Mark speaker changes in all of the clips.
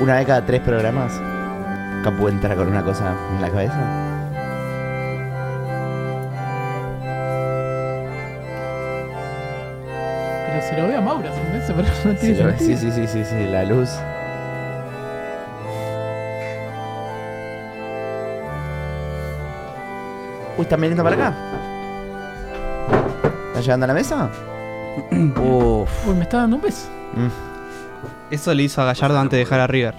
Speaker 1: una vez cada tres programas, Capu entra con una cosa en la cabeza.
Speaker 2: Pero se lo ve a Maura, ¿entendés? Pero no
Speaker 1: Sí,
Speaker 2: tiene
Speaker 1: lo- sí,
Speaker 2: sentido.
Speaker 1: sí, sí, sí, sí, la luz. Uy, ¿están viniendo para acá? ¿Están llegando a la mesa? Uf.
Speaker 2: Uy, me está dando un beso.
Speaker 1: Mm.
Speaker 3: Eso le hizo a Gallardo antes de dejar a River.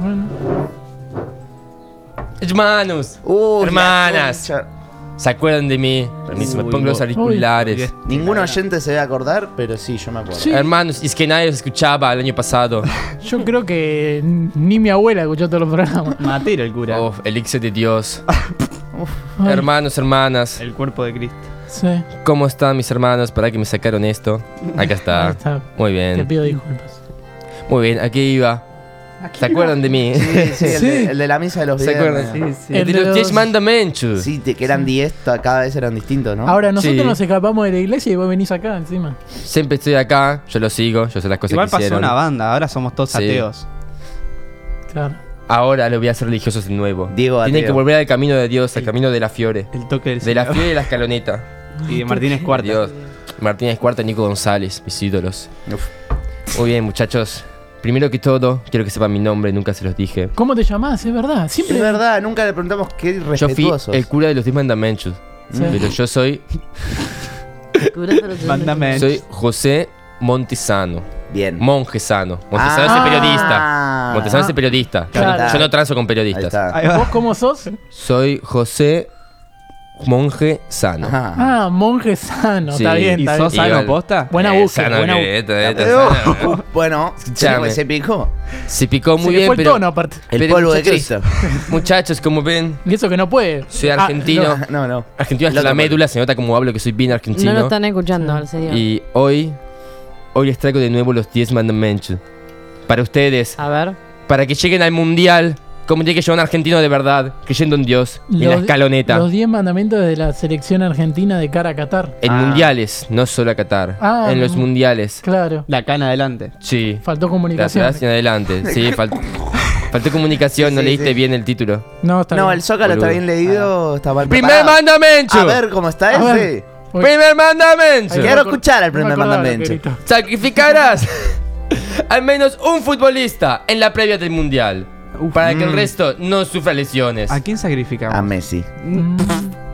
Speaker 2: Ahora no.
Speaker 4: Hermanos,
Speaker 1: Uy, la
Speaker 4: Hermanas.
Speaker 1: concha.
Speaker 4: ¿se acuerdan de mí? Permiso, me
Speaker 3: Uy,
Speaker 4: pongo los
Speaker 3: vos.
Speaker 4: auriculares.
Speaker 3: Uy,
Speaker 1: Ningún oyente se debe acordar, pero sí, yo me acuerdo.
Speaker 2: Sí,
Speaker 4: Hermanos, es que nadie los escuchaba el año pasado.
Speaker 2: yo creo que n- ni mi abuela escuchó todos los programas.
Speaker 3: Matero el cura.
Speaker 4: Oh, elixir de Dios.
Speaker 2: Ay,
Speaker 4: Hermanos, hermanas,
Speaker 3: El cuerpo de Cristo.
Speaker 2: Sí, ahí
Speaker 4: ¿cómo están mis hermanos? ¿Para que me sacaron esto? Acá está.
Speaker 2: está.
Speaker 4: Muy
Speaker 2: Te
Speaker 4: bien.
Speaker 2: pido disculpas.
Speaker 4: Muy bien, aquí iba. ¿Se acuerdan de mí?
Speaker 1: Sí, sí, El,
Speaker 2: Sí.
Speaker 1: de, el de la misa de los
Speaker 4: ¿Se acuerdan?
Speaker 1: viernes.
Speaker 3: sí.
Speaker 2: El
Speaker 4: De
Speaker 2: de
Speaker 4: los 10
Speaker 2: los-
Speaker 4: mandamentos.
Speaker 1: Sí, te, que eran 10, ta- cada vez eran distintos, ¿no?
Speaker 2: Ahora nosotros
Speaker 4: Sí.
Speaker 2: nos escapamos de la iglesia y vos venís acá encima.
Speaker 4: Siempre estoy acá, yo lo sigo, yo sé las cosas
Speaker 3: Igual
Speaker 4: que
Speaker 3: pasó
Speaker 4: hicieron.
Speaker 3: una banda, ahora somos todos
Speaker 4: Sí.
Speaker 3: ateos.
Speaker 2: Claro.
Speaker 4: Ahora lo voy a hacer religiosos de nuevo.
Speaker 1: Diego
Speaker 4: Tienen
Speaker 1: ateo.
Speaker 4: que volver al camino de Dios, al camino de la fiore.
Speaker 3: El toque del
Speaker 4: De la
Speaker 3: Señor.
Speaker 4: fiore y de la escaloneta.
Speaker 3: Y de Martínez Cuarta.
Speaker 4: Dios. Martínez Cuarta, Nico González, mis ídolos.
Speaker 1: Uf.
Speaker 4: Muy bien, muchachos. Primero que todo, quiero que sepan mi nombre, nunca se los dije.
Speaker 2: ¿Cómo te llamás? Es verdad. Siempre.
Speaker 1: Es verdad, nunca le preguntamos qué
Speaker 4: Yo fui
Speaker 1: irrespetuosos.
Speaker 4: el cura de los 10 mandamentos.
Speaker 2: Sí.
Speaker 4: Pero yo soy,
Speaker 3: Mándame.
Speaker 4: soy José Montesano.
Speaker 1: Bien.
Speaker 4: Monje sano.
Speaker 1: Ah.
Speaker 4: Montesano es el periodista. Montesano es el periodista.
Speaker 2: Claro.
Speaker 4: Yo no transo con
Speaker 1: Ahí
Speaker 4: periodistas.
Speaker 1: está.
Speaker 3: Ahí va.
Speaker 2: ¿Vos cómo sos?
Speaker 4: Soy José Monje Sano.
Speaker 1: Ajá.
Speaker 2: Ah, monje sano.
Speaker 4: Sí.
Speaker 2: Está bien,
Speaker 3: ¿Y
Speaker 2: está
Speaker 3: sos
Speaker 2: bien.
Speaker 4: Igual.
Speaker 3: sano posta?
Speaker 2: Buena
Speaker 4: Eh,
Speaker 2: búsqueda.
Speaker 4: sano
Speaker 2: buena
Speaker 4: que
Speaker 2: búsqueda.
Speaker 4: esto, esto, sano.
Speaker 1: Uh, bueno,
Speaker 4: Escuchame.
Speaker 1: se picó.
Speaker 4: Se picó
Speaker 2: Se
Speaker 4: muy
Speaker 2: le
Speaker 4: bien,
Speaker 2: fue el
Speaker 4: pero
Speaker 2: tono aparte.
Speaker 1: El
Speaker 4: Pero,
Speaker 1: polvo de Cristo.
Speaker 4: muchachos. muchachos, como ven,
Speaker 2: Y eso que no puede.
Speaker 4: soy
Speaker 2: Ah,
Speaker 4: argentino.
Speaker 1: No, no.
Speaker 4: Argentino hasta
Speaker 1: Loco,
Speaker 4: la
Speaker 1: porque-
Speaker 4: médula, se nota como hablo que soy bien argentino.
Speaker 5: No lo están escuchando, al señor.
Speaker 4: Y hoy, hoy les traigo de nuevo los 10 mandamentos. Para ustedes,
Speaker 2: Ah.
Speaker 5: A ver.
Speaker 4: para que lleguen al mundial, como tiene que llegar un argentino de verdad, creyendo en Dios, y en la
Speaker 2: Los-
Speaker 4: escaloneta.
Speaker 2: Los 10 mandamientos de la selección argentina de cara a Qatar.
Speaker 4: En
Speaker 3: Ah.
Speaker 4: mundiales, no solo a Qatar.
Speaker 2: Ah,
Speaker 4: en los
Speaker 2: mm.
Speaker 4: mundiales.
Speaker 2: Claro.
Speaker 3: La cana adelante.
Speaker 4: Sí.
Speaker 2: Faltó
Speaker 4: Gracias,
Speaker 2: comunicación.
Speaker 4: gracias, adelante. Sí, fal- faltó comunicación,
Speaker 1: Sí,
Speaker 4: no
Speaker 1: sí,
Speaker 4: leíste
Speaker 1: sí.
Speaker 4: bien el título.
Speaker 2: No, está
Speaker 1: No,
Speaker 2: bien.
Speaker 1: el Zócalo está
Speaker 4: Boludo.
Speaker 1: bien leído, está mal
Speaker 4: ¡Primer
Speaker 1: preparado.
Speaker 4: mandamento!
Speaker 1: A ver cómo está
Speaker 2: A
Speaker 1: ese.
Speaker 2: ver. Uy,
Speaker 4: ¡Primer mandamento!
Speaker 2: ay, no me
Speaker 1: Quiero
Speaker 2: acor-
Speaker 1: escuchar el
Speaker 2: no me
Speaker 1: primer
Speaker 2: acordaba lo
Speaker 1: mandamiento.
Speaker 2: que gritó.
Speaker 4: Sacrificarás al menos un futbolista en la previa del mundial.
Speaker 3: Uf.
Speaker 4: Para que el
Speaker 3: Mm.
Speaker 4: resto no sufra lesiones.
Speaker 3: ¿A quién sacrificamos?
Speaker 1: A Ah, Messi.
Speaker 2: Mm,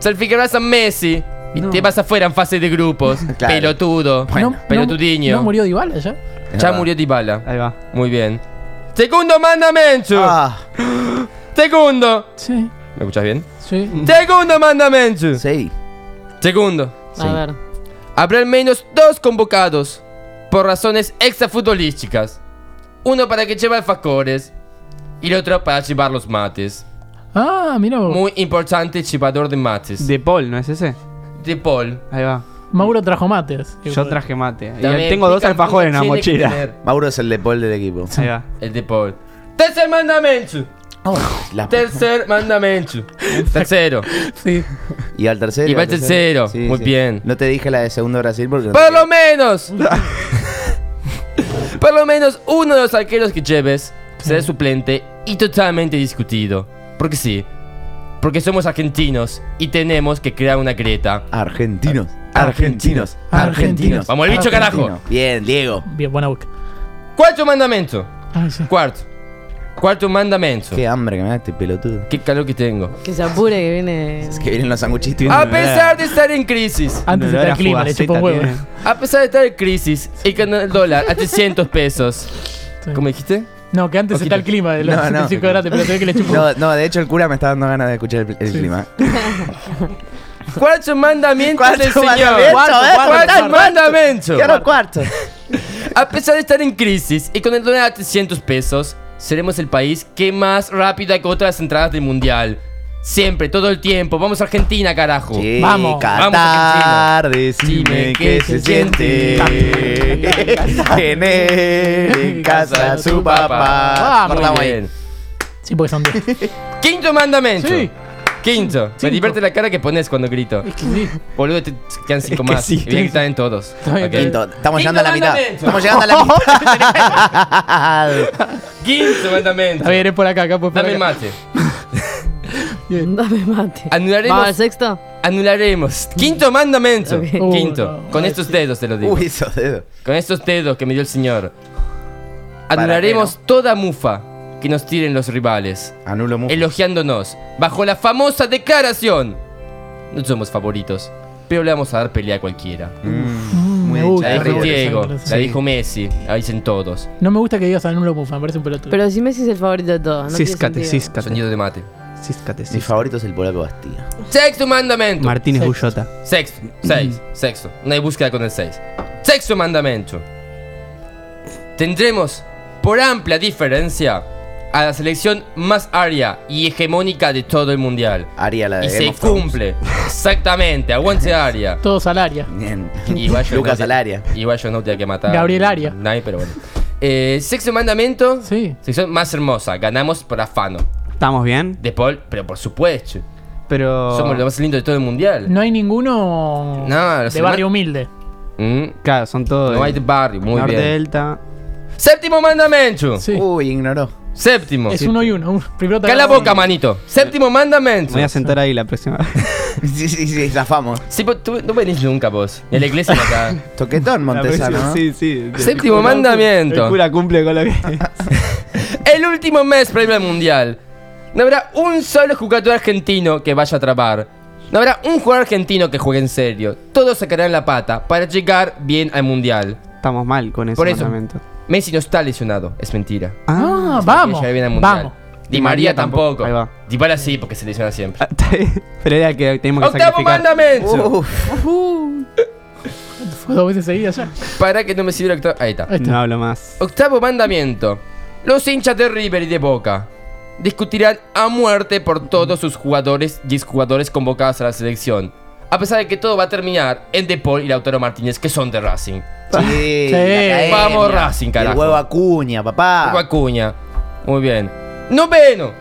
Speaker 4: Sacrificarás a Messi y
Speaker 3: No.
Speaker 4: te vas afuera en fase de grupos.
Speaker 1: Claro.
Speaker 4: Pelotudo.
Speaker 1: Bueno,
Speaker 2: no-
Speaker 4: pelotudiño.
Speaker 2: ¿No murió Dybala ya?
Speaker 4: Ya murió Dybala.
Speaker 3: Ahí va.
Speaker 4: Muy bien. Segundo mandamento.
Speaker 1: Ah,
Speaker 4: Segundo.
Speaker 2: Sí,
Speaker 4: ¿Me escuchas bien?
Speaker 2: sí.
Speaker 4: Segundo mandamento.
Speaker 1: sí.
Speaker 4: Segundo.
Speaker 1: Sí.
Speaker 5: A ver.
Speaker 4: Habrá al menos dos convocados por razones extrafutbolísticas. Uno para que lleva alfajores y el otro para llevar los mates.
Speaker 2: Ah, mira vos.
Speaker 4: Muy importante llevador de mates. De,
Speaker 3: De Paul, ¿no es ese?
Speaker 4: Paul.
Speaker 3: Ahí va.
Speaker 2: Mauro trajo mates.
Speaker 3: Yo traje mate. Y
Speaker 4: También
Speaker 3: tengo dos
Speaker 4: pican
Speaker 3: alfajores en la
Speaker 4: tiene que
Speaker 3: mochila.
Speaker 4: tener
Speaker 1: Mauro es el de Paul del equipo.
Speaker 3: Ahí va.
Speaker 4: El de Paul. Tercer mandamento.
Speaker 3: Ah,
Speaker 1: La-
Speaker 4: Tercer mandamento. Tercero.
Speaker 2: Sí.
Speaker 1: Y al tercero.
Speaker 4: Y va
Speaker 1: al
Speaker 4: el tercero. Muy bien.
Speaker 1: No te dije la de segundo Brasil porque. no te
Speaker 4: Por lo menos. por lo menos uno de los arqueros que lleves será suplente y totalmente discutido. Porque sí. Porque somos argentinos y tenemos que crear una creta.
Speaker 1: Argentinos.
Speaker 4: Argentinos.
Speaker 2: Argentinos.
Speaker 4: Vamos, el bicho carajo.
Speaker 1: Argentino. Bien, Diego.
Speaker 2: Bien, buena boca.
Speaker 4: Cuarto mandamento.
Speaker 2: Ah, sí.
Speaker 4: Cuarto. Cuarto mandamento.
Speaker 1: Qué hambre que me da este pelotudo.
Speaker 4: Qué calor que tengo.
Speaker 5: Que se apure, que viene.
Speaker 1: Es que vienen los sanguchitos.
Speaker 4: A pesar de estar en crisis,
Speaker 2: Antes
Speaker 3: Olor
Speaker 2: está
Speaker 3: a
Speaker 2: el clima, le
Speaker 3: fugaceta
Speaker 2: chupó un huevo.
Speaker 3: tiene.
Speaker 4: a pesar de estar en crisis, el canal del dólar a 300 pesos.
Speaker 2: Sí.
Speaker 4: ¿Cómo dijiste?
Speaker 2: No, que antes está el clima de los
Speaker 1: No, no.
Speaker 2: 75 grados, pero tenés que le chupó.
Speaker 1: No, no, de hecho el cura me está dando ganas de escuchar el, el clima.
Speaker 4: Cuarto mandamiento
Speaker 1: Cuarto
Speaker 4: del Señor.
Speaker 1: mandamiento, eh,
Speaker 4: cuarto
Speaker 1: cuarto.
Speaker 4: mandamiento.
Speaker 1: Quiero cuarto.
Speaker 4: A pesar de estar en crisis y con el dólar a 300 pesos, seremos el país que más rápido agota las entradas del mundial. Siempre, todo el tiempo. Vamos a Argentina, carajo.
Speaker 1: Sí,
Speaker 2: Vamos.
Speaker 1: Qatar, decime
Speaker 4: Dime
Speaker 1: qué
Speaker 4: qué
Speaker 1: se
Speaker 4: se
Speaker 1: siente. Tener en casa a su papá.
Speaker 4: Ah, Muy
Speaker 1: Cortamos ahí.
Speaker 4: bien.
Speaker 2: Sí, porque son 10.
Speaker 4: Quinto mandamento.
Speaker 2: Sí.
Speaker 4: Quinto. Me divierte la cara que pones cuando grito.
Speaker 2: Es que sí.
Speaker 4: Boludo, te quedan cinco
Speaker 1: Es que
Speaker 4: más.
Speaker 1: sí,
Speaker 4: y voy a gritar en todos.
Speaker 2: bien,
Speaker 4: Ok.
Speaker 2: está bien.
Speaker 1: Quinto, estamos
Speaker 4: Quinto
Speaker 1: llegando a la mitad.
Speaker 4: mandamiento.
Speaker 1: Estamos llegando a la mitad.
Speaker 4: Quinto mandamiento.
Speaker 2: Está bien, es por acá, acá pues, por
Speaker 4: Dame
Speaker 2: acá.
Speaker 4: mate.
Speaker 5: Dame mate. ¿Vamos al
Speaker 4: Anularemos.
Speaker 5: sexto?
Speaker 4: Anularemos. Quinto mandamiento.
Speaker 5: Ok.
Speaker 2: Uh,
Speaker 4: Quinto.
Speaker 2: no.
Speaker 4: Con estos dedos te lo digo.
Speaker 1: Uy, esos dedos.
Speaker 4: Con estos dedos que me dio el señor.
Speaker 1: qué
Speaker 4: Anularemos toda mufa que nos tiren los rivales.
Speaker 1: Anulo mucho.
Speaker 4: elogiándonos bajo la famosa declaración. No somos favoritos, pero le vamos a dar pelea a cualquiera.
Speaker 1: Mm, muy de
Speaker 2: Me gusta,
Speaker 4: La
Speaker 1: hinchada de
Speaker 2: me
Speaker 4: dijo
Speaker 2: gusta.
Speaker 1: River.
Speaker 4: Diego,
Speaker 2: sí.
Speaker 4: la dijo Messi, la dicen todos.
Speaker 2: No me gusta que digas anulo mufa, me parece un pelotudo.
Speaker 5: Pero si Messi es el favorito de todos. No
Speaker 3: Císcate,
Speaker 5: tiene sentido.
Speaker 3: císcate.
Speaker 4: Sonido de mate.
Speaker 3: Císcate,
Speaker 1: Mi
Speaker 3: císcate.
Speaker 1: favorito es el polaco Bastilla.
Speaker 4: Sexto mandamento.
Speaker 3: Martínez
Speaker 2: Sí.
Speaker 3: Gullota.
Speaker 4: sexto, seis, sexto. No hay búsqueda con el seis. Sexto mandamento. Tendremos, por amplia diferencia, a la selección más aria y hegemónica de todo el mundial.
Speaker 1: Haría la de
Speaker 4: Y
Speaker 1: Game
Speaker 4: se
Speaker 1: of Thrones.
Speaker 4: cumple. Exactamente. Aguante aria.
Speaker 2: Todos al área.
Speaker 1: Bien.
Speaker 4: Y vaya
Speaker 1: Lucas
Speaker 4: Noti-
Speaker 1: Alaria.
Speaker 4: Igual yo no tenía que matar.
Speaker 2: Gabriel
Speaker 4: a
Speaker 2: Aria.
Speaker 4: Nadie, pero bueno. Eh, sexto mandamiento.
Speaker 2: Sí.
Speaker 4: Sección más hermosa. Ganamos por afano.
Speaker 3: ¿Estamos bien?
Speaker 4: De Paul, pero por supuesto.
Speaker 3: Pero.
Speaker 4: Somos lo más lindo de todo el mundial.
Speaker 2: Oh. No hay ninguno
Speaker 4: No, los
Speaker 2: de
Speaker 4: hermanos-
Speaker 2: barrio humilde.
Speaker 4: Mm,
Speaker 3: Claro, son todos.
Speaker 4: No hay de barrio. Muy
Speaker 3: Norte
Speaker 4: bien.
Speaker 3: Delta.
Speaker 4: Séptimo mandamiento.
Speaker 2: Sí.
Speaker 1: Uy, ignoró.
Speaker 4: Séptimo.
Speaker 2: es uno y uno. un- Primero te
Speaker 4: Cala la
Speaker 2: agarro-
Speaker 4: boca, manito. Séptimo mandamiento.
Speaker 3: Me voy a sentar ahí la próxima vez.
Speaker 1: Sí, sí, sí, zafamos.
Speaker 4: Sí, pero tú no venís nunca vos. En la iglesia de acá.
Speaker 1: Toquetón,
Speaker 3: La
Speaker 1: Montesano.
Speaker 3: próxima-
Speaker 1: ¿no?
Speaker 3: Sí, sí.
Speaker 4: Séptimo
Speaker 3: El cura-
Speaker 4: mandamiento.
Speaker 3: El cura cumple con lo que.
Speaker 4: El último mes previo al mundial. No habrá un solo jugador argentino que vaya a atrapar. No habrá un jugador argentino que juegue en serio. Todos sacarán la pata para llegar bien al mundial.
Speaker 3: Estamos mal con ese
Speaker 4: Por eso.
Speaker 3: mandamiento.
Speaker 4: Messi no está lesionado, es mentira.
Speaker 2: Ah,
Speaker 4: Que
Speaker 2: vamos.
Speaker 4: llegue bien al mundial.
Speaker 2: Vamos.
Speaker 4: Di María tampoco.
Speaker 3: Ahí va.
Speaker 4: Dybala sí, porque se lesiona siempre.
Speaker 3: Ah, está bien. Pero era que tenemos que
Speaker 4: Octavo
Speaker 3: sacrificar.
Speaker 4: mandamiento.
Speaker 1: Uf,
Speaker 2: Fue dos veces seguidas ya.
Speaker 4: Para que no me sirva el octavo. Ahí está.
Speaker 2: Ahí está.
Speaker 3: No hablo más.
Speaker 4: Octavo mandamiento. Los hinchas de River y de Boca discutirán a muerte por todos sus jugadores y exjugadores convocados a la selección. A pesar de que todo va a terminar en De Paul y Lautaro Martínez, que son de Racing.
Speaker 1: sí,
Speaker 2: Sí.
Speaker 1: la academia.
Speaker 4: Vamos, Racing,
Speaker 1: El
Speaker 4: carajo.
Speaker 1: huevo Acuña, papá.
Speaker 4: Paco Acuña. Muy bien. Noveno.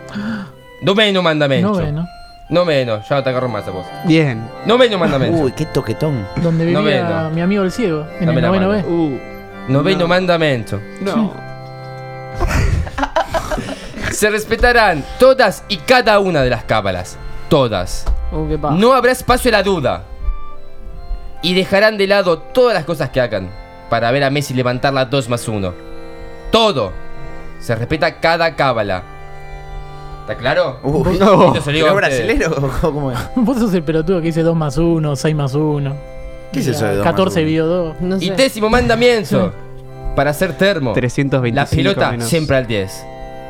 Speaker 4: Noveno mandamento.
Speaker 2: No ve, ¿no?
Speaker 4: Noveno. Ya no te agarro más a vos.
Speaker 3: Bien.
Speaker 4: Noveno mandamento.
Speaker 1: Uy, qué toquetón.
Speaker 2: Donde
Speaker 4: No ve,
Speaker 2: vivía
Speaker 4: no.
Speaker 2: mi amigo el ciego. En
Speaker 4: Dame
Speaker 2: el
Speaker 4: la
Speaker 2: noveno
Speaker 4: mano.
Speaker 2: B.
Speaker 3: Uh,
Speaker 4: Noveno
Speaker 3: No.
Speaker 4: mandamento.
Speaker 3: no.
Speaker 4: Se respetarán todas y cada una de las cábalas. Todas.
Speaker 5: Uh, qué paja.
Speaker 4: No habrá espacio a la duda. Y dejarán de lado todas las cosas que hagan para ver a Messi levantar la 2 más 1. Todo. Se respeta cada cábala. ¿Está claro?
Speaker 1: Uy,
Speaker 3: No.
Speaker 4: Esto se lo digo a
Speaker 1: ¿Pero
Speaker 4: ustedes.
Speaker 1: brasilero? o ¿Cómo es?
Speaker 2: Vos sos el pelotudo que dice 2 más 1, 6 más 1.
Speaker 1: ¿Qué es eso de dos más
Speaker 2: 14
Speaker 1: uno?
Speaker 2: vio 2.
Speaker 5: No
Speaker 4: Y
Speaker 5: sé.
Speaker 4: décimo mandamiento. Para ser termo.
Speaker 3: 325
Speaker 4: La pelota
Speaker 3: menos.
Speaker 4: siempre al 10.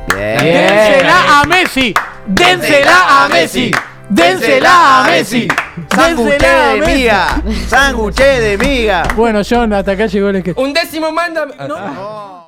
Speaker 1: Bien.
Speaker 4: Bien.
Speaker 2: ¡Dénsela a Messi! Eh, ¡Dénsela a Messi! ¡Dénsela a Messi!
Speaker 1: ¡Sanguché
Speaker 2: ¡Dénsela a
Speaker 1: de
Speaker 2: Messi!
Speaker 1: miga! ¡Sanguché de miga!
Speaker 2: Bueno, John, hasta acá llegó el que.
Speaker 4: Un décimo mandamiento.